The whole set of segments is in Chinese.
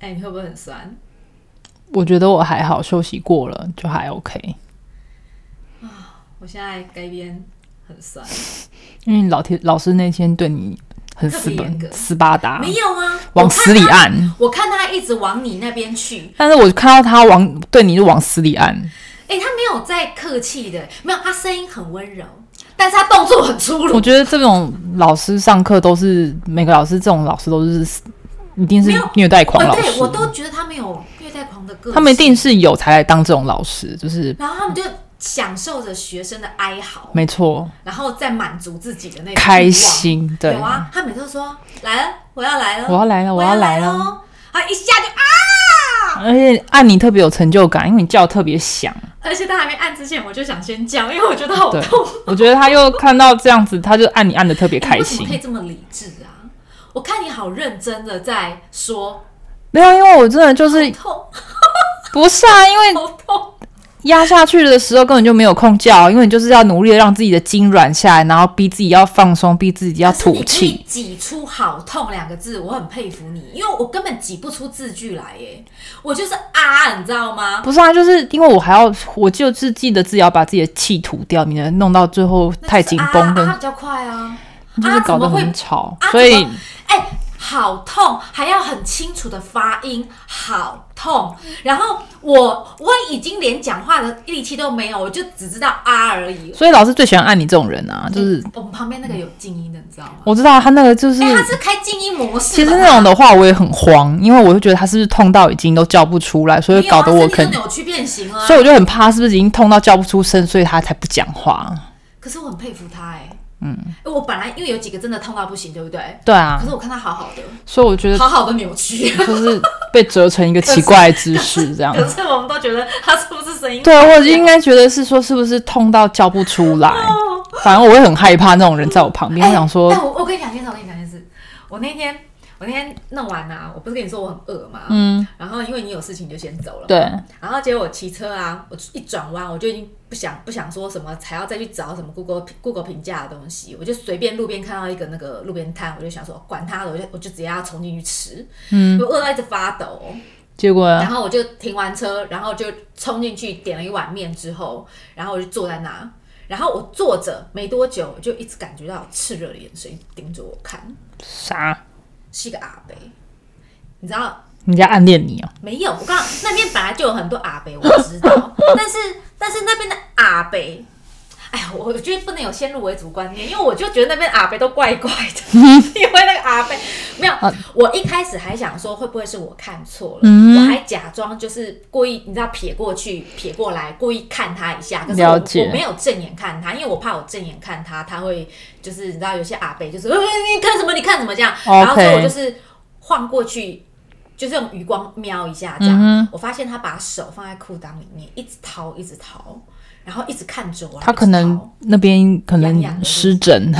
哎、你会不会很酸？我觉得我还好，休息过了就还 OK。我现在该边很酸，因为老天老师那天对你很斯特别严格巴斯巴达，没有啊，往死里按。我看他一直往你那边去，但是我看到他往对你就往死 里按，哎、他没有在客气的，没有，他声音很温柔，但是他动作很粗我鲁，觉得这种老师上课都是每个老师这种老师都是一定是没有虐待狂老呃对师我，都觉得他们有虐待狂的个性，他们一定，是有才来当这种老师，就是然后他们就享受着学生的哀嚎，没错，然后再满足自己的那种开欲望心对有，啊，他每次都说来了，我要来了，我要来了，我要来来了，哦，啊，一下就啊，而且按你特别有成就感，因为你叫得特别响。而且他还没按之前，我就想先叫，因为我觉得好对痛。我觉得他又看到这样子，他就按你按的特别哎你开为什么心可。以这么理智啊？我看你好认真的在说，没有，因为我真的就是痛，不是啊，因为好痛。压下去的时候根本就没有空叫，因为你就是要努力的让自己的筋软下来，然后逼自己要放松，逼自己要可是你吐可以气。挤出“好痛”两个字，我很佩服你，因为我根本挤不出字句来耶，我就是啊，你知道吗？不是啊，就是因为我还要，我就是记得自己要把自己的气吐掉，你能弄到最后太紧那就绷是啊啊的，比较快啊，就是啊搞怎得么会很吵。啊所怎以么哎、好痛，还要很清楚的发音，好痛。然后我我已经连讲话的力气都没有，我就只知道啊而已。哎所以老师最喜欢按你这种人啊，就是我们旁边那个有静音的，你知道吗？我知道他那个就是哎、他是开静音模式其的实吧，那种的话，我也很慌，因为我就觉得他是不是痛到已经都叫不出来，所以没有啊搞得我身体就肯，扭曲变形了啊。所以我就很怕是不是已经痛到叫不出声，所以他才不讲话。可是我很佩服他哎、嗯，我本来因为有几个真的痛到不行，对不对？对啊可，是我看他好好的，所以我觉得好好的扭 曲，就是被折成一个奇怪的姿势这样。 可是我们都觉得他是不是声音？啊对，我应该觉得是说是不是痛到叫不出来，反正我会很害怕那种人在我旁边，哦哎我想说哎，我我跟你讲一件事，我跟你讲一件事。我那天我那天弄完啊，我不是跟你说我很饿嘛，嗯，然后因为你有事情你就先走了，。对，然后结果我骑车啊，我一转弯我就已经不想不想说什么，还要再去找什么 Google Google 评价的东西，我就随便路边看到一个那个路边摊，我就想说管他的，我就我就直接要冲进去吃，嗯，我饿到一直发抖，结果然后我就停完车，然后就冲进去点了一碗面之后，然后我就坐在那，然后我坐着没多久，我就一直感觉到炽热的眼神盯着我看，啥？是一个阿伯，你知道人家暗恋你哦、没有？我刚那边本来就有很多阿伯，我知 道，但是但是那边的阿伯。哎呀，我我觉得不能有先入为主观念，因为我就觉得那边阿伯都怪怪 的，因为那个阿伯没有。啊我一开始还想说会不会是我看错了，嗯我还假装就是故意，你知道撇过去、撇过来，故意看他一下。可是我了解我没有正眼看他，因为我怕我正眼看他，他会就是你知道有些阿伯就是、呃、你看什么你看什么这样，然后所以 OK 我就是晃过去。就是用余光瞄一下，这样、嗯我发现他把手放在裤裆里面，一直掏，一直掏，然后一直看着我。他可一直能掏那边可痒痒能的湿 疹，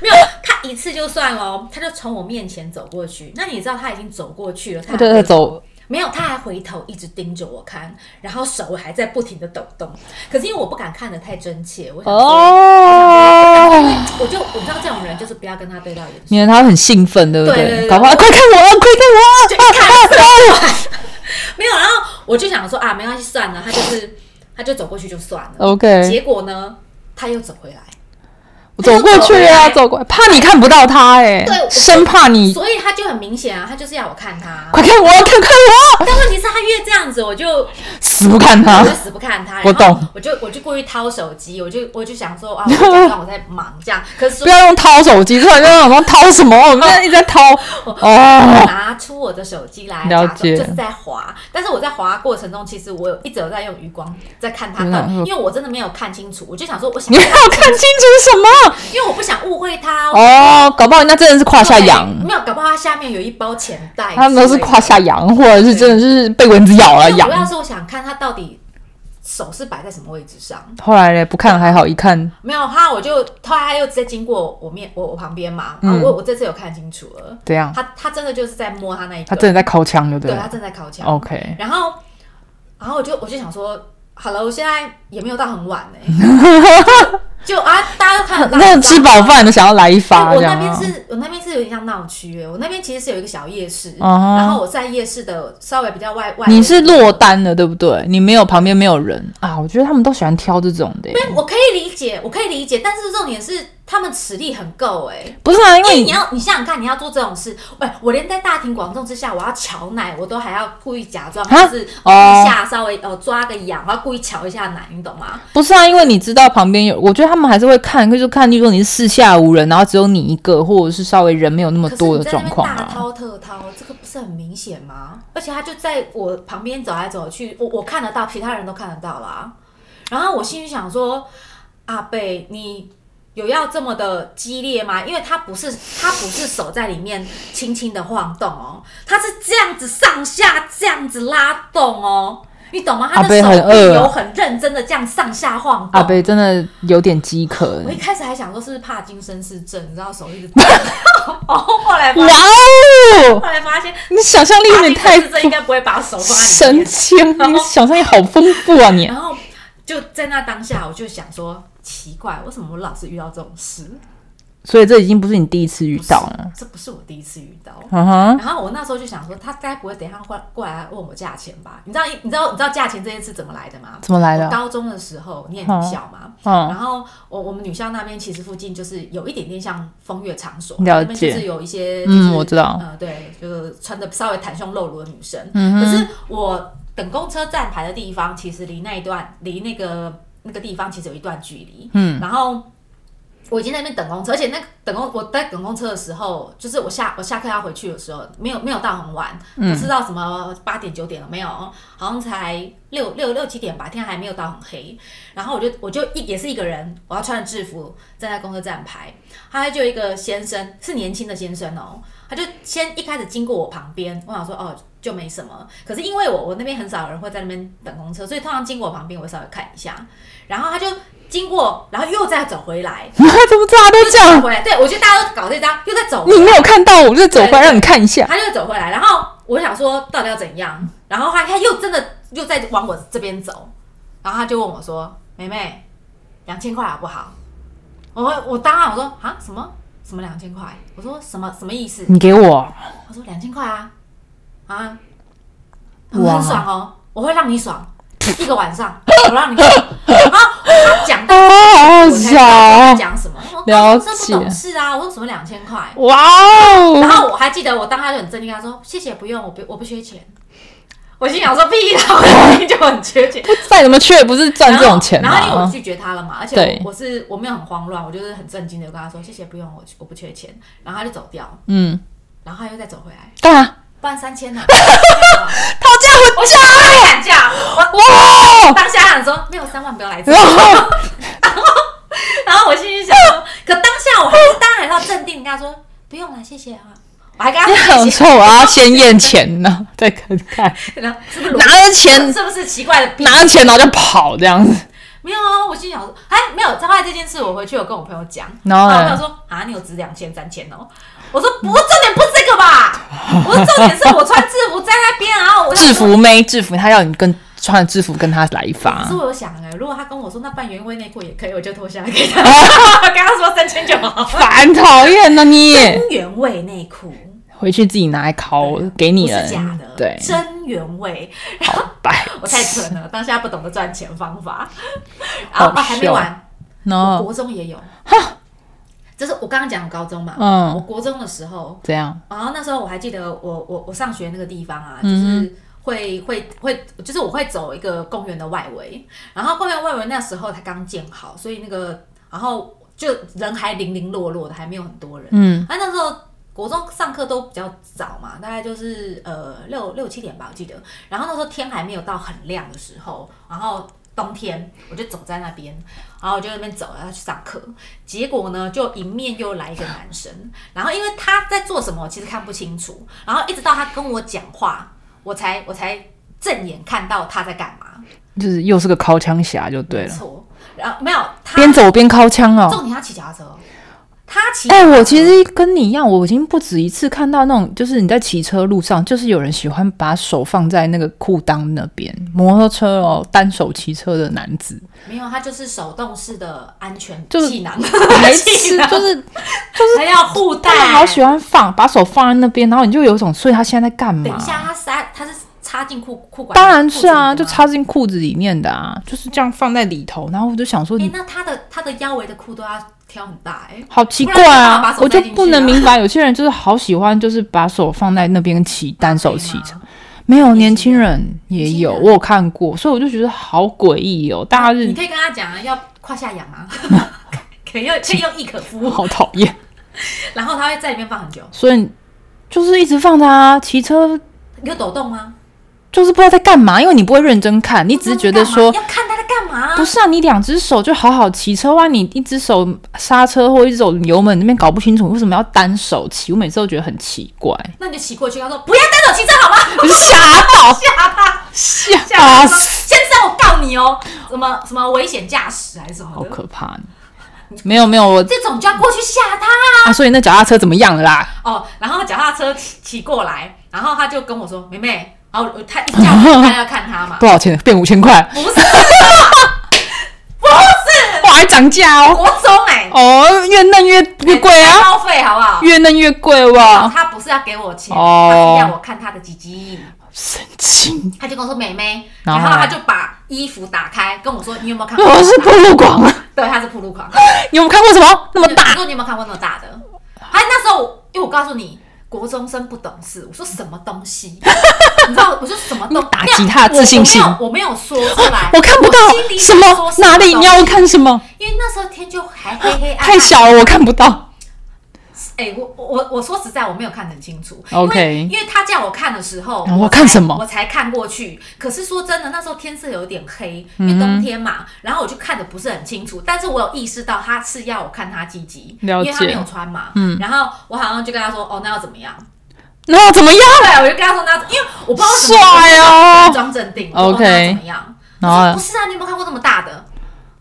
没有看一次就算了哦，他就从我面前走过去。那你知道他已经走过去了，他还他就在走，没有，他还回头一直盯着我看，然后手还在不停的抖动。可是因为我不敢看的太真切，我想说，哦，我就我知道这种人就是不要跟他对到眼神， 免得他很兴奋，对不对对对搞不好、啊快看我，快看我啊，啊 没有。然后我就想说啊，没关系，算了，他就是他就走过去就算了。 OK，结果呢，他又走回来，我走过去啊，他就走过来，怕你看不到他哎、对我生怕你所以他就很明显啊，他就是要我看他。嗯快看我，快看我，但问题是，他越这样子，我就死不看我 他就。死不看他，然后啊我懂，我就我就故意掏手机，我就我就想说 啊，我就假装我在忙这样，可是不要用掏手机，突然就想说掏 什么，我们现在一直在掏哦。 拿出我的手机来，了假装解就是在滑，但是我在滑过程中，其实我有一直有在用余光在看他嗯到底，嗯因为我真的没有看清楚，我就想说我想 你没，有看清楚什么因为我不想误会他，哎哦，搞不好人家真的是胯下痒，没有，搞不好他下面有一包钱袋，他们都是胯下痒，或者是真的是被蚊子咬了因为痒主。要是我想看他到底手是摆在什么位置上。后来呢，不看还好，一看没有他，我就后来他又直接经过我面我我旁边嘛，然后嗯我我这次有看清楚了，怎样？他他真的就是在摸他那一个，他真的在掏枪，对不对啊对哦他正在靠墙。 ？OK，然后 然后我就我就想说，好了，我现在也没有到很晚呢、就啊，大家都看得到那种吃饱。饭都想要来一你知道发吗我这那样边啊。是，我那边是有点像闹区耶。我那边其实是有一个小夜市，哦吼然后我在夜市的稍微比较外外。你是落单了，对不对？你没有旁边没有人啊？我觉得他们都喜欢挑这种的耶，我可以理解，我可以理解，但是重点是他们实力很够哎。不是啊？因因为为你要，你想想看，你要做这种事，喂，我连在大庭广众之下，我要瞧奶，我都还要故意假装，就啊是故哦意下稍微呃抓个痒，然后故意瞧一下奶，你懂吗？不是啊，因为你知道旁边有，我觉得他们还是会看，就是看，例如说你是四下无人，然后只有你一个，或者是稍微人没有那么可是你多的在那状边况大啊。掏特掏，这个不是很明显吗？而且他就在我旁边走来走去，我我看得到，其他人都看得到啦。然后我心里想说，阿贝，你有要这么的激烈吗？因为他不是他不是手在里面轻轻的晃动哦，他是这样子上下这样子拉动哦。你懂吗？他阿的贝手很饿臂啊有很认真的这样上下晃阿动。贝真的有点饥渴，我一开始还想说是不是帕金森氏症，你知道手一直抖，然后后来发哇哦！ 后来发现啊你想 象力有点太这应该不会把手放在里神面。经，你想象力好丰富啊你！然后就在那当下，我就想说，奇怪，为什么我老是遇到这种事？所以这已经不是你第一次遇到了。这不是我第一次遇到。嗯哼，然后我那时候就想说，他该不会等一下会过来问我价钱吧？你知道，你知道，你知道价钱这件事怎么来的吗？怎么来的啊？高中的时候念女校嘛，嗯然后我我们女校那边其实附近就是有一点点像风月场所，了解那边就是有一些、就是、嗯，我知道。呃，对，就是穿的稍微袒胸露乳的女生。嗯、可是我等公车站牌的地方，其实离那一段，离那个那个地方其实有一段距离。嗯，然后。我已经在那边等公车，而且那个等公我在等公车的时候，就是我下我下课要回去的时候，没有没有到很晚，嗯不知道什么八点九点了没有，好像才六六六七点吧，天还没有到很黑。然后我就我就一也是一个人，我要穿着制服站在公车站牌，他就有一个先生是年轻的先生哦，他就先一开始经过我旁边，我想说哦就没什么，可是因为我我那边很少人会在那边等公车，所以通常经过我旁边我会稍微看一下，然后他就经过，然后又再走回来，你看怎么大家都这走样？回来，对我觉得大家都搞这张，又再走回来，你没有看到，我就走过来让你看一下。他就走回来，然后我想说到底要怎样，然后他他又真的又在往我这边走，然后他就问我说：“妹妹，两千块好不好？”我我当然我说啊什么什么两千块，我说什么什么意思？你给我，他说两千块啊啊，很哇很爽哦，我会让你爽一个晚上，我让你爽。然后他讲到啊，好好我才知道他在笑，讲什么，我了说哦这解不懂事啊，我说什么两千块。哇然哦！后我还记得我当他就很震惊，跟他说：“谢谢，不用，我不我不缺钱。”我心想说：“屁啦，我明明就很缺钱。”再怎么缺也不是赚这种钱然后然后因为我嘛。拒绝他了嘛，而且对我我是我没有很慌乱，我就是很震惊的跟他说：“谢谢，不用，我我不缺钱。”然后他就走掉，嗯，然后他又再走回来，干嘛？不然三千呢？讨价我想要砍价，哦我还价！当下想说没有三万不要来这。哇！然后然后我心里想说，可当下我还是当然还是要镇定，跟他说：“不用了，谢谢啊。”我还跟他你说很谢谢，臭啊！先验钱呢， 再看看，然后是不是拿了钱，是不是奇怪的逼？拿了钱然后就跑这样子。没有啊，我心想说，哎，没有。后来这件事，我回去有跟我朋友讲，然后我呢朋友说啊，你有值两千、三千哦。我说不，重点不是这个吧？我说重点是我穿制服站在那边，然后我制。服妹，制服，他要你跟穿制服跟他来一可发是。我有想哎、如果他跟我说那半原味内裤也可以，我就脱下来给他， 跟他说三千就好。烦，讨厌呢你！真原味内裤回去自己拿来烤，给不你是了。假的，对，真原味。好白。我太蠢 了，当下不懂得赚钱方法。然后好啊还没笑嗯完，然我 后，国中也有，这是我刚刚讲的高中嘛。我嗯，国中的时候，怎样？然后那时候我还记得我我我上学那个地方啊，就嗯是会会会，就是我会走一个公园的外围，然后公园外围那时候它刚建好，所以那个然后就人还零零落落的，还没有很多人。嗯，啊，那时候国中上课都比较早嘛，大概就是呃六六七点吧，我记得。然后那时候天还没有到很亮的时候，然后冬天我就走在那边，然后我就在那边走，然后去上课。结果呢，就迎面又来一个男生，然后因为他在做什么，我其实看不清楚。然后一直到他跟我讲话，我才我才正眼看到他在干嘛。就是又是个靠枪侠就对没了，错，然后没有他边走边靠枪哦。重点他骑脚踏车哦，他骑，哎、我其实跟你一样，我已经不止一次看到那种，就是你在骑车路上，就是有人喜欢把手放在那个裤裆那边，摩托车哦，单手骑车的男 子，没有，他就是手动式的安全就是气囊，白气痴，囊就是还要护带他。们好喜欢放，把手放在那边，然后你就有一种，所以他现在在干等一嘛？下，他塞他是插进裤裤管，当然是啊，裤子就里吗。插进裤子里面的啊，就是这样放在里头，然后我就想说哎、你。那他的他的腰围的裤都要挑很大哎、好奇怪不然干嘛把啊！手我就塞进去啊不能明白，有些人就是好喜欢，就是把手放在那边骑，单手骑可以车吗。没有年嗯轻人也年轻有，人我有看过，所以我就觉得好诡异哦，大家是你可以跟他讲啊，要胯下仰 啊，可以用可以用易可夫，好讨厌，然后他会在里面放很久。 所以就是一直放着啊，骑车有抖动吗？就是不知道在干嘛，因为你不会认真看，你只是觉得说要看他在干嘛不？是啊，你两只手就好好骑车啊哇，你一只手刹车或一只手油门那边搞不清楚，为什么要单手骑？我每次都觉得很奇怪，那你就骑过去，他说不要单手骑车好吗？我就吓到吓他，吓吓他说死。先生，我告你哦，什么什么危险驾驶还是什 么好的，可怕！没有没有我这种就要过去吓他啊，所以那脚踏车怎么样了啦？哦。然后脚踏车骑骑过来，然后他就跟我说妹妹，然后他一叫我，他要看他嘛，多少钱？变五千块，不是啊，不是哇，还涨价哦！国中哎、哦，越嫩越越贵啊，消费好不好？越嫩越贵哇！他不是要给我钱，哦他是要我看他的鸡鸡。神经，他就跟我说妹妹，然然后后他嘞就把衣服打开，跟我说你有没有看过？我是破路狂啊！对，他是铺路狂。你有没有看过什么那么我大？说你有没有看过那么大的？哎，那时候我因为我告诉你，国中生不懂事，我说什么东西， 你知道？我说什么东你打没有击他的自信心我我没有我没有说出来 ，我看不到我心里什想说么，哪里？你什么哎要我看什么？东西因为那时候天就还黑黑暗暗，太小了，我看不到。哎、我我我我说实在，我没有看得很清楚。 OK 因为因为他叫我看的时候，然后我才看什么我才看过去。可是说真的，那时候天色有点黑，因为冬天嘛，然后我就看的不是很清楚。但是我有意识到他是要我看他鸡鸡，因了解为他没有穿嘛。嗯，然后我好像就跟他说：“哦，那要怎么样那要怎么样？？”对，我就跟他说：“那因为我不知道为什么我帅就哦！装镇定我说哦 OK 那要怎么样？”然然后后呢不是啊，你有没有看过这么大的？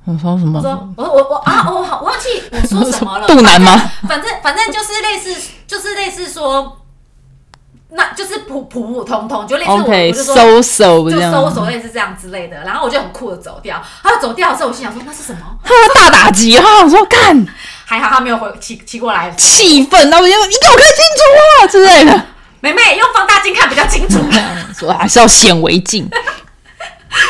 我说什我么？说我我我啊，我好忘记我说什 么了。肚腩吗？反正反正就是类似，就是类似说，那就是普普普通通，就类似我我就说。 ？OK，so so 就这样，搜索类似这样之类的，然后我就很酷的走掉。他走掉的时候，我心想说那是什么？他会大打击，他想说干还好他没有回骑骑过来。气愤，然后我就你给我看清楚啊之类的。妹妹用放大镜看比较清楚。 说还是要显微镜。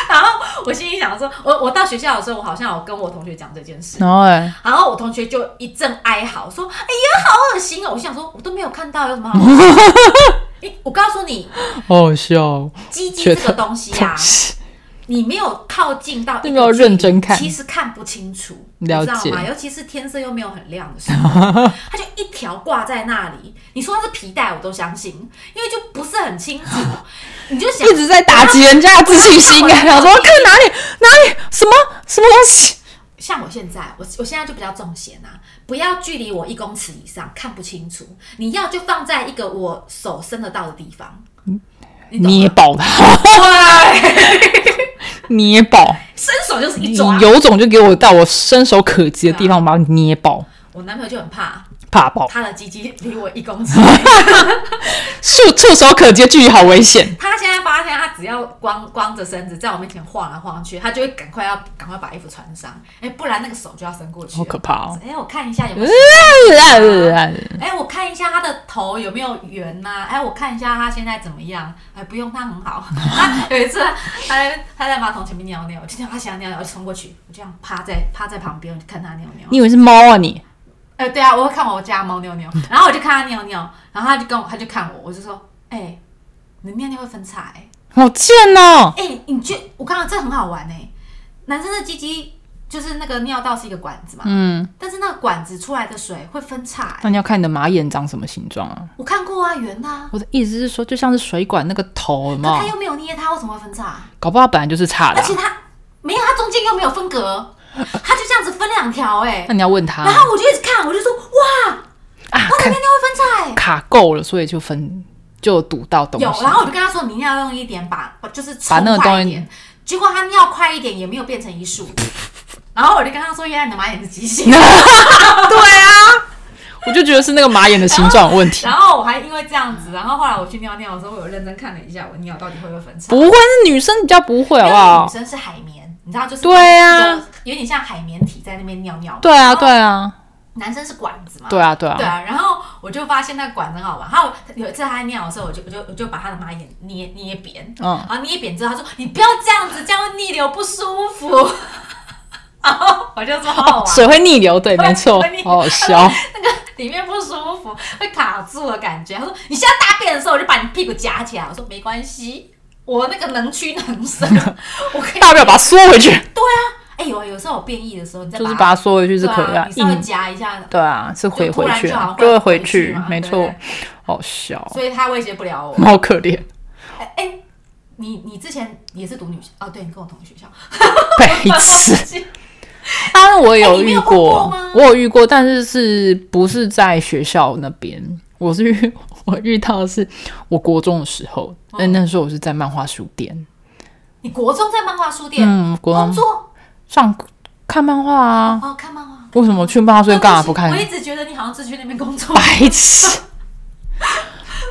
然后我心里想说，我我到学校的时候，我好像有跟我同学讲这件事，然后哎，然后我同学就一阵哀嚎，说：“哎呀，好恶心哦！”我心想说，我都没有看到，有什么 好恶心？哎我告诉你，好好笑哦，鸡鸡这个东西啊东，西你没有靠近到一个距离，没有认真看其实看不清楚，了解你知道吗？尤其是天色又没有很亮的时候， 它就一条挂在那里。你说它是皮带，我都相信，因为就不是很清 楚。你就想一直在打击人家的自信心 啊！想说看哪里哪里什么什么东西，像我现在，我我现在就比较重险啊，不要距离我一公尺以上看不清楚，你要就放在一个我手伸得到的地方。嗯你懂捏吗？爆他，对，捏爆！ 伸手就是一你抓。啊有种就给我到我伸手可及的地方，把你捏爆，我男朋友就很怕，怕爆！他的鸡鸡离我一 公尺。触触手可及的距离好危险，他现在发现，他只要光光着身子在我面前晃来晃去，他就会赶快要赶快把衣服穿上，哎、不然那个手就要伸过去了。好可怕哦！哎、我看一下有没有，哎、我看一下他的头有没有圆呐、哎、我看一下他现在怎么样？哎、不用，他很好。 他有一次，他在他在马桶前面尿尿，我就听到他想尿尿，我就冲过去，我就这样趴在趴在旁边，我就看他尿尿。 你以为是猫啊你？哎、对啊，我会看我家猫 尿尿，然后我就看他尿尿，然后他就跟我，他就看我，我就说，哎、你的尿尿会分叉、哎。好贱哦！哎、你觉我刚刚这很好玩哎、男生的鸡鸡就是那个尿道是一个管子嘛，嗯，但是那个管子出来的水会分叉、欸。那你要看你的马眼长什么形状啊？我看过啊，圆的、啊，我的意思是说，就像是水管那个头，有没可他有？又没有捏它，为什么会分叉、搞不好它本来就是差的而啊、且它没有，它中间又没有分 隔，它就这样子分两条哎。那你要问他然后我就一直看，我就说哇，啊，它的尿看尿会分叉哎、卡够了，所以就分就堵到东西。有，然后我就跟他说，你一定要用一点把，就是把那个冲快东西一点。结果他尿快一点，也没有变 成一束。然后我就跟他说，原来你的马眼是畸形。对啊，我就觉得是那个马眼的形状有问 题然。后我还因为这样子，然后后来我去尿尿的时候，我有认真看了一下我尿到底会不会分叉。不会是女生比较不会，好不因为女好？生是海绵，你知道就是对啊一个有点像海绵体在那边尿尿。对啊，对啊，男生是管子嘛。对啊，对哦对啊，啊，然后我就发现那个管子很好玩。然后有一次他在尿的时候，我就我就我就把他的马眼捏捏扁，嗯，然后捏扁之后，他说：“你不要这样子，这样会逆流不舒服。” 然后我就说：“好好玩，水会逆流，对，会没错 会逆，流好好笑。里面不舒服，会卡住的感觉。”他说：“你现在大便的时候，我就把你屁股夹起来。”我说：“没关系，我那个能屈能 伸，我可以。”大不了把它缩回去，哎有啊有时候我变异的时候，你再就是把把它缩回去是可嗯对啊以，你稍微硬夹一下，对啊，是回就突回然去就好像就会回回去嘛，没对错对，好笑，所以他威胁不了我。好可怜。 哎、哎你你之前也是读女校哦？对，你跟我同学校。 白痴。啊，我哎有你没遇有碰过吗我有遇过，但是是不是在学校那边？我是遇 我遇到的是我国中的时候，那、嗯那时候我是在漫画书店， 你国中在漫画书店、嗯，国工中作上看漫画啊。哦，看漫画。为什么去漫画书店干嘛对不起看我？一直觉得你好像哦是去那边工 作。白痴！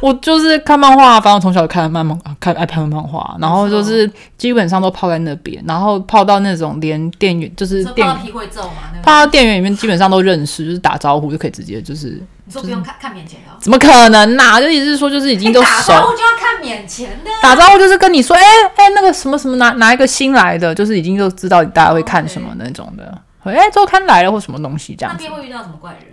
我就是看漫画，啊反正我从小看漫漫看爱看漫画，啊然后就是嗯基本上都泡在那边，然后泡到那种连店员就是你说店泡员到皮会皱嘛？那个泡到店员里面基本上都认识，就是打招呼就可以直接就是，你说不用看看面前的哦，怎么可能呐、就意思是说就是已经都你哎打招熟，呼就要看面前的。打招呼就是跟你说，哎、哎、那个什么什么哪哪一个新来的，就是已经就知道大家会看什么那种的。哎、周刊来了或什么东西这那样子，边会遇到什么怪人？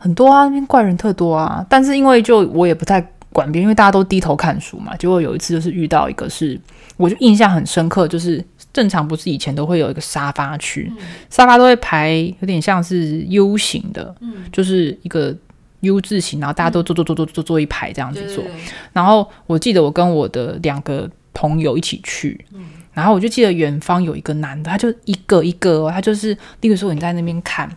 很多啊，那边怪人特多啊。但是因为就我也不太管别人，因为大家都低头看书嘛。结果有一次就是遇到一个是，我就印象很深刻，就是正常不是以前都会有一个沙发区，嗯沙发都会排有点像是 U 型的，嗯就是一个 U 字形，然后大家都坐坐坐坐坐坐一排这样子对对坐。对，然后我记得我跟我的两个朋友一起去，然后我就记得远方有一个男的，他就一个一个、哦，他就是，例如说你在那边看，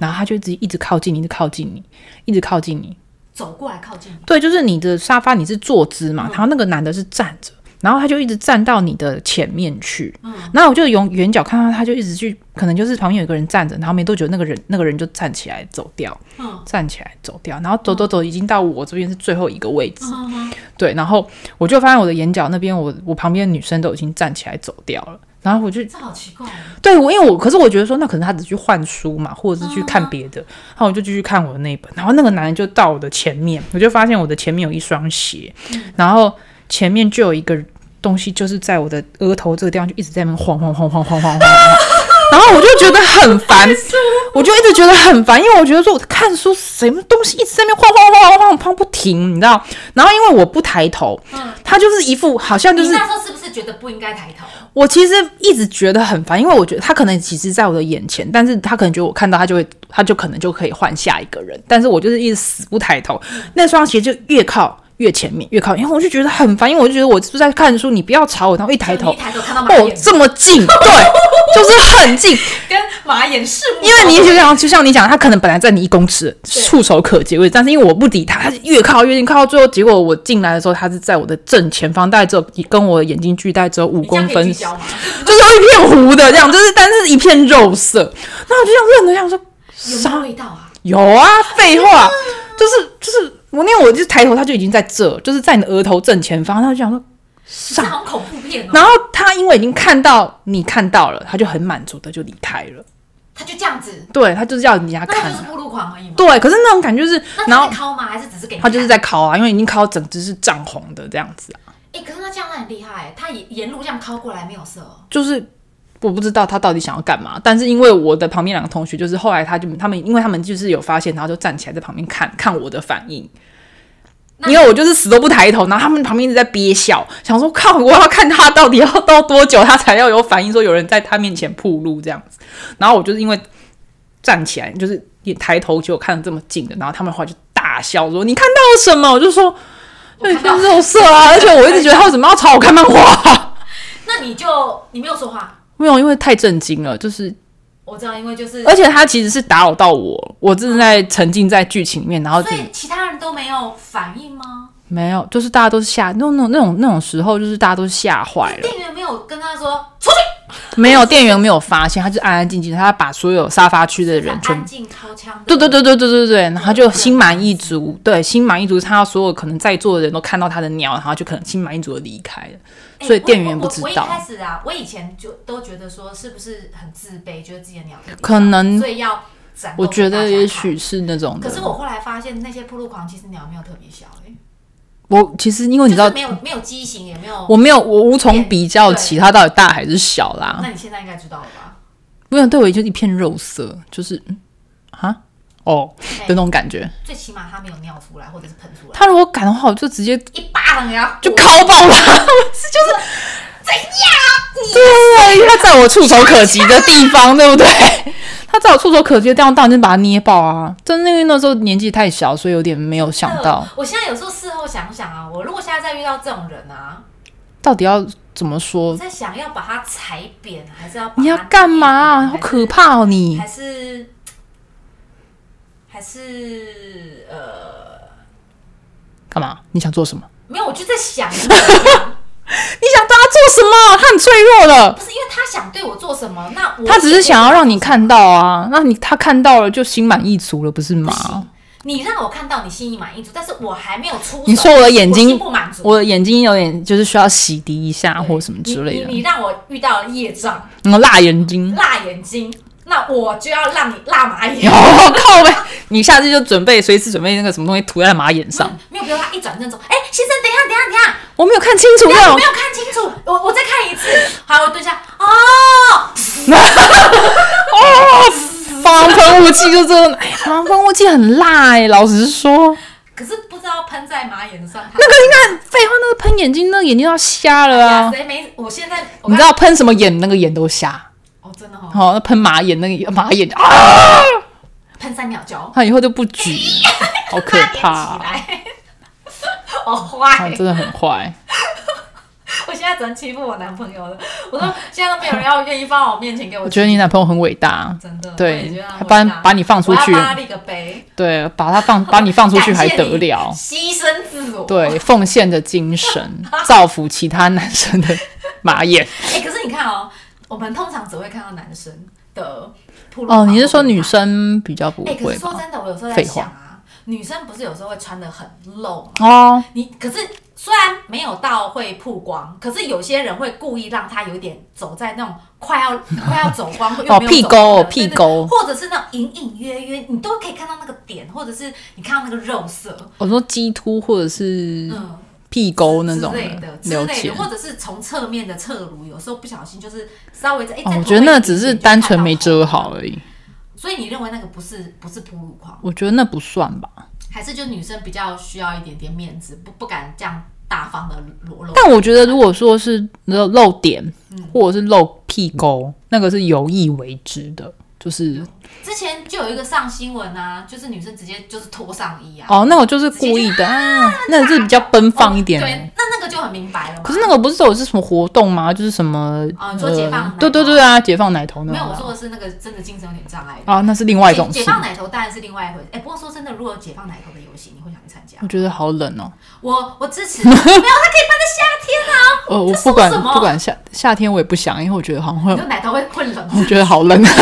然后他就一直一直靠近你，一直靠近你，一直靠近你。走过来靠近你，对，就是你的沙发你是坐姿嘛，然后那个男的是站着。然后他就一直站到你的前面去，然后我就用远角看到他，就一直去，可能就是旁边有一个人站着，然后没多久那个人那个人就站起来走掉，嗯站起来走掉，然后走走走，已经到我这边是最后一个位置，嗯哼，对，然后我就发现我的眼角那边，我我旁边的女生都已经站起来走掉了。然后我就这好奇怪哦。对我，因为我可是我觉得说，那可能她只是去换书嘛，或者是去看别的。然后我就继续看我的那一本，然后那个男人就到我的前面，我就发现我的前面有一双鞋，然后前面就有一个东西，就是在我的额头这个地方就一直在那边晃晃晃晃晃晃晃晃。 然后我就觉得很烦，我就一直觉得很烦，因为我觉得说我看书什么东西一直在那边晃晃晃晃晃晃不停，你知道？然后因为我不抬头，他就是一副好像就是你那时候是不是觉得不应该抬头？我其实一直觉得很烦，因为我觉得他可能其实在我的眼前，但是他可能觉得我看到他就会，他就可能就可以换下一个人，但是我就是一直死不抬头，那双鞋就越靠越前面越靠，因为我就觉得很烦，因为我就觉得我是不是在看书，你不要吵我，然后一抬就头 你一，抬头看到马哦眼，，这么近，对，就是很近，跟马眼是因为你就像就像你讲，他可能本来在你一公尺触手可及位置，但是因为我不理他，他就越靠越近，靠到最后，结果我进来的时候，他是在我的正前方，大概只有跟我眼睛距大概只有五你这公样可以分聚，焦吗？就是一片糊的这样，就是但是一片肉色。那我就这样愣着，想说有没有味道啊？有啊，废话，就是就是我那我就抬头，他就已经在这，就是在你的额头正前方，他就想说这上。好像恐怖片哦。然后他因为已经看到你看到了，他就很满足的就离开了。他就这样子，对他就是要人家那他看就是，暴露狂而已嘛。对，可是那种感觉就是，那他然后在敲吗？还是只是给你他就看？是在烤啊，因为已经烤整只是涨红的这样子啊，哎、可是他这样很厉害，欸他沿沿路这样敲过来没有射 哦。就是我不知道他到底想要干嘛，但是因为我的旁边两个同学，就是后来他就他们，因为他们就是有发现，然后就站起来在旁边看看我的反应。那因为我就是死都不抬头，然后他们旁边一直在憋笑，想说靠，我要看他到底要到多久，他才要有反应，说有人在他面前铺路这样子。然后我就是因为站起来，就是也抬头，结果看得这么近的，然后他们后来就大笑说：“你看到了什么？”我就说：“我对，看到就是肉色啊！”而且我一直觉得他为什么要朝我看漫画？ 那你就你没有说话，没有，因为太震惊了，就是我知道，因为就是，而且他其实是打扰到我，我正在沉浸在剧情里面，然后就所以其他人都没有反应吗？没有，就是大家都是吓那种那种那种那种时候，就是大家都吓坏了。店员没有跟他说出去，没有店员没有发现，他就安安静静，他把所有沙发区的人全安静掏枪的， 对对对对对对对，然后就心满意足， 对，心满意足，他所有可能在座的人都看到他的鸟，然后就可能心满意足的离开了，哎，所以我店员不我知我一道开，始啊，我以前就都觉得说是不是很自卑，觉得自己的鸟不可能所以要展露嗯我觉给大家得也看许是那种可的是。我后来发现，那些铺路狂其实鸟没有特别小、欸，我其实因为你知就道是，没有没有畸形，也没有。我没有我无从比较起对它到底大还是小啦，那你现在应该知道了吧？不然对我就一片肉色，就是嗯啊哦哎的那种感觉。最起码它没有尿出来，或者是喷出来，他如果敢的话，我就直接一巴掌给它就打敲爆 他，啊你对，他在我触手可及的地方，对不对？他在我触手可及的地方，当然就把他捏爆啊！真的因为那时候年纪太小，所以有点没有想到我现在有时候事后想想啊，我如果现在再遇到这种人啊，到底要怎么我说，在想要把它踩扁，还是要把它你要干嘛啊、捏扁好可怕哦你！还是还是呃，干嘛？你想做什么？没有，我就在想，你想对他做什么？他很脆弱了不，是因为他想对我做什么，那我他只是想要让你看到啊。那你他看到了就心满意足了，不是不吗行？，你让我看到你心里满意足，但是我还没有出手。你说我的眼睛我心不满足，我的眼睛有点就是需要洗涤一下对或什么之类你的你，你让我遇到了业障、然后辣眼睛。 辣眼睛，那我就要让你辣马眼。哦，靠呗！你下次就准备随时准备那个什么东西涂在马眼上。没有，比如他一转正说：“哎、先生，等一下，等一下，等一下，我没有看清楚我那没种，有看清楚，我我再看一次。”好，我蹲下。哦，防喷雾器就这，哎呀，防喷雾器很辣哎、老实说，可是不知道喷在马眼上，他那个应该很废话，那个喷眼睛，那个眼睛都要瞎了呀啊！谁没？我现在我你知道喷什么眼，那个眼都瞎。哦，真的哦，好、哦，那喷马眼，那个马眼啊，喷三秒胶，他以后就不举， 好可怕、点起啊，来。好坏、哦真的很坏。我现在只能欺负我男朋友了。我说现在都没有人要愿意放在我面前给 我我觉得你男朋友很伟 大，真的，我也觉对得，他把很伟大把你放出去我，要帮他立个碑，对，把他放把你放出去还感谢得你 了？牺牲自我。对，奉献的 精神，造福其他男生的马眼。哎、可是你看哦，我们通常只会看到男生的铺路哦，你是说狂奔女？生比较不哎、可会是说吗？真的，我有时候在废想啊，女生不是有时候会穿的很露吗？哦，你可是虽然没有到会曝光，可是有些人会故意让他有点走在那种快要快要走 光，又没有哦屁走沟光的屁对对沟或者是那种隐隐约约，你都可以看到那个点，或者是你看到那个肉色，我说鸡突或者是嗯，屁沟那种之类的，之了类解哦的，。或者是从侧面的侧乳，有时候不小心就是稍微在，哎、哦再，我透觉得过一那点只是点就单看纯到嗯没后遮面，好而已，所以你认为那个不是不是哺乳狂，我觉得那不算吧。还是就女生比较需要一点点面子，不不敢这样大方的裸露。但我觉得如果说是露露点嗯或者是露屁沟，那个是有意为之的，就是之前就有一个上新闻啊，就是女生直接就是脱上衣啊，哦，那我就是故意的啊，那是比较奔放一点的。对，那那个就很明白了嘛。可是那个不是有是什么活动吗？就是什么哦你说解放奶头对对对啊，解放奶头那没有，种我啊说的是那个真的精神有点障碍的。啊，那是另外一解种解事。放奶头当然是另外一回事，哎、不过说真的，如果有解放奶头的游戏，你会想去参加我？觉得好冷 哦，我我支持，没有，它可以办在夏 天啊，呃，我这不说管什么不管夏夏天我也不想，因为我觉得好像会 你，的奶头会困冷。我觉得好 冷，啊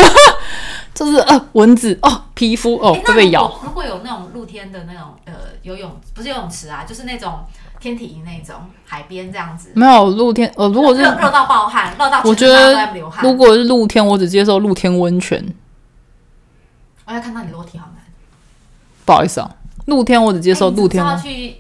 就是呃蚊子哦，皮肤哦哎那会被咬，如果如果有那种露天的那种呃游泳，不是游泳池啊，就是那种天体营那种海边这样子，没有露天呃，如果是热热到爆汗，热到我全觉身上下都得在流汗。如果是露天，我只接受露天温泉，我要看到你裸体好难，不好意思啊，露天我只接受哎你露天知道温。去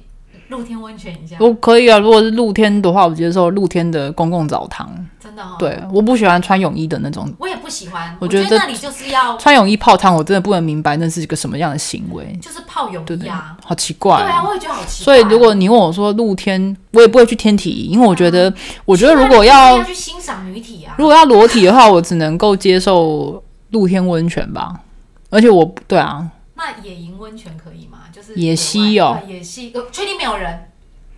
露天温泉一下，我可以啊，如果是露天的话，我接受露天的公共澡堂。真的哦。，对，我不喜欢穿泳衣的那种我也不喜欢，我我觉觉得得这那里就是要穿泳衣泡汤，我真的不能明白那是一个什么样的行为，就是泡泳对不衣对？啊，好奇对怪啊，哦。我也觉得好奇怪所哦。以如果你问我说露天，我也不会去天体营，因为我觉嗯得，我觉得如那你就果是要去欣赏女体啊，如果要裸体的话，我只能够接受露天温泉吧。而且我对啊，那野营温泉可以吗？就是野溪野哦外，对野溪，呃确定没有人，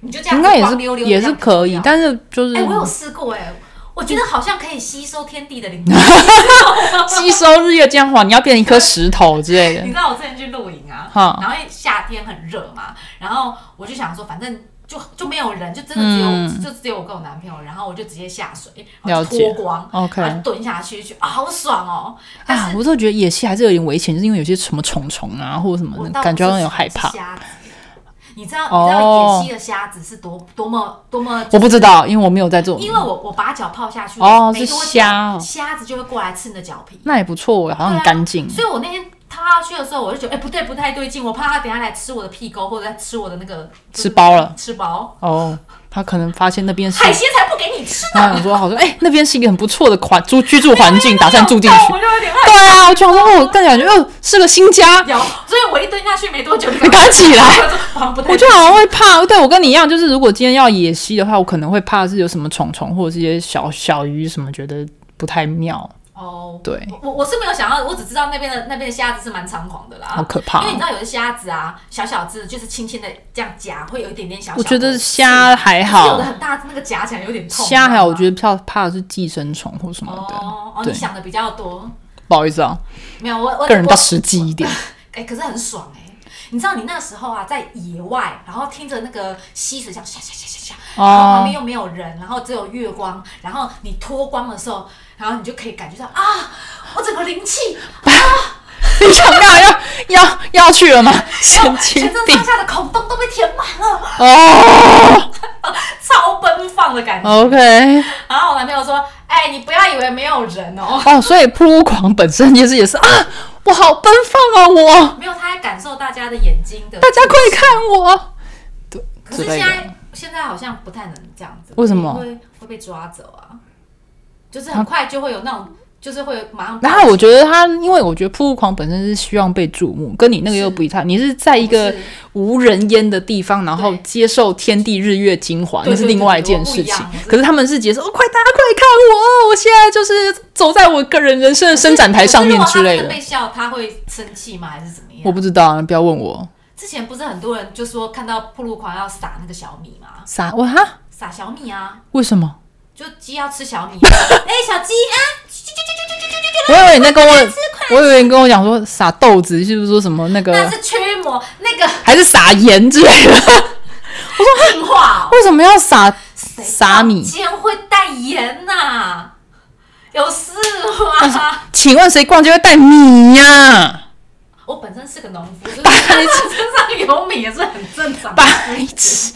你就这样应该也光溜是溜也是可以，但但是就是哎，我有试过哎，我觉得好像可以吸收天地的灵 气。吸收日月精华，你要变成一颗石头 之类的你知道我之前去露营啊，哈然后因为夏天很热嘛，然后我就想说，反正就就没有人，就真的只有、就只有我跟我男朋友，然后我就直接下水，然后嗯了就解脱光， OK 然后就蹲下去，去啊，好爽哦！但啊，我都觉得野戏还是有点危险，就是因为有些什么虫虫啊，或者什么我的，到感觉是到有害怕是。瞎子你知道你知哦道野溪的虾子是多多么多么我不知道，因为我没有在做，因为我我把脚泡下去哦没是多久虾哦虾子就会过来吃你的脚皮，那也不错，好像对很啊干净。所以我那天踏下去的时候，我就觉得哎、不对不太对劲，我怕它等一下来吃我的屁沟或者来吃我的那个吃包了，吃包哦，他可能发现那边是，海鲜才不给你吃呢，他想说，好像哎，那边是一个很不错的环住居住环境，打算住进去我。就有点害对啊，我就想说，哦，但感觉哦是个新家，有，所以我一蹲下去没多久，你赶起来我就好像不太我就好像会怕。对我跟你一样，就是如果今天要野溪的话，我可能会怕是有什么虫虫或者是一些小小鱼什么，觉得不太妙，哦，对我我我是没有想到，我只知道那边的那边的虾子是蛮猖狂的啦，好可怕哦因为。你知道有的虾子啊，小小只的，就是轻轻的这样夹，会有一点点小小的我觉得虾还有好的，很大只，那个夹起来有点痛。虾还好，我得觉得怕怕的是寄生虫或什么的。哦哦，对你想的比较多，不好意思啊，没有我我个人比较我实际一点。哎、可是很爽哎、你知道你那时候啊，在野外，然后听着那个溪水这样下下下下下，哦然后旁边又没有人，然后只有月光，然后你脱光的时候，然后你就可以感觉到啊，我整个灵气， 你想干嘛？要要要去 了吗？哦神经全身病上下的孔洞都被填满了，啊哦超奔放的感觉。 ！OK，然后我男朋友说：“哎、你不要以为没有人哦， 哦，所以扑噜狂本身也是也是啊，我好奔放啊，我没有，他在感受大家的眼睛的。大家快看我！可是之类现的在现在好像不太能这样子，为什么啊会会被抓走啊，就是很快就会有那种，就是会有马上。然后我觉得他，因为我觉得扑噜狂本身是希望被注目，跟你那个又不一样。你是在一个是无人烟的地方，然后对接受天地日月精华，对那是另外一件事对对情对我不一样。可是他们是接受，哦，快大家快看我，我现在就是走在我个人人生的伸展台上面之 可是如果他真类的的。被笑他会生气吗？还是怎么我样？不知道啊，不要问我。之前不是很多人就说看到铺路狂要撒那个小米吗？啥？哇哈？撒小米啊，为 什么？就鸡要吃小 米。哎、小鸡啊，啾啾啾啾啾啾啾啾啾我以为你在跟我，我以为你跟我讲说撒豆子，是不是说什么那那个，是驱魔，那个还是撒盐之 类的？进化、哦。为什么要撒谁撒米今天会带盐呐、有事 吗？请问谁逛街会带米呀、 我本身是个农夫，就是身上有米也是很正常的。白痴！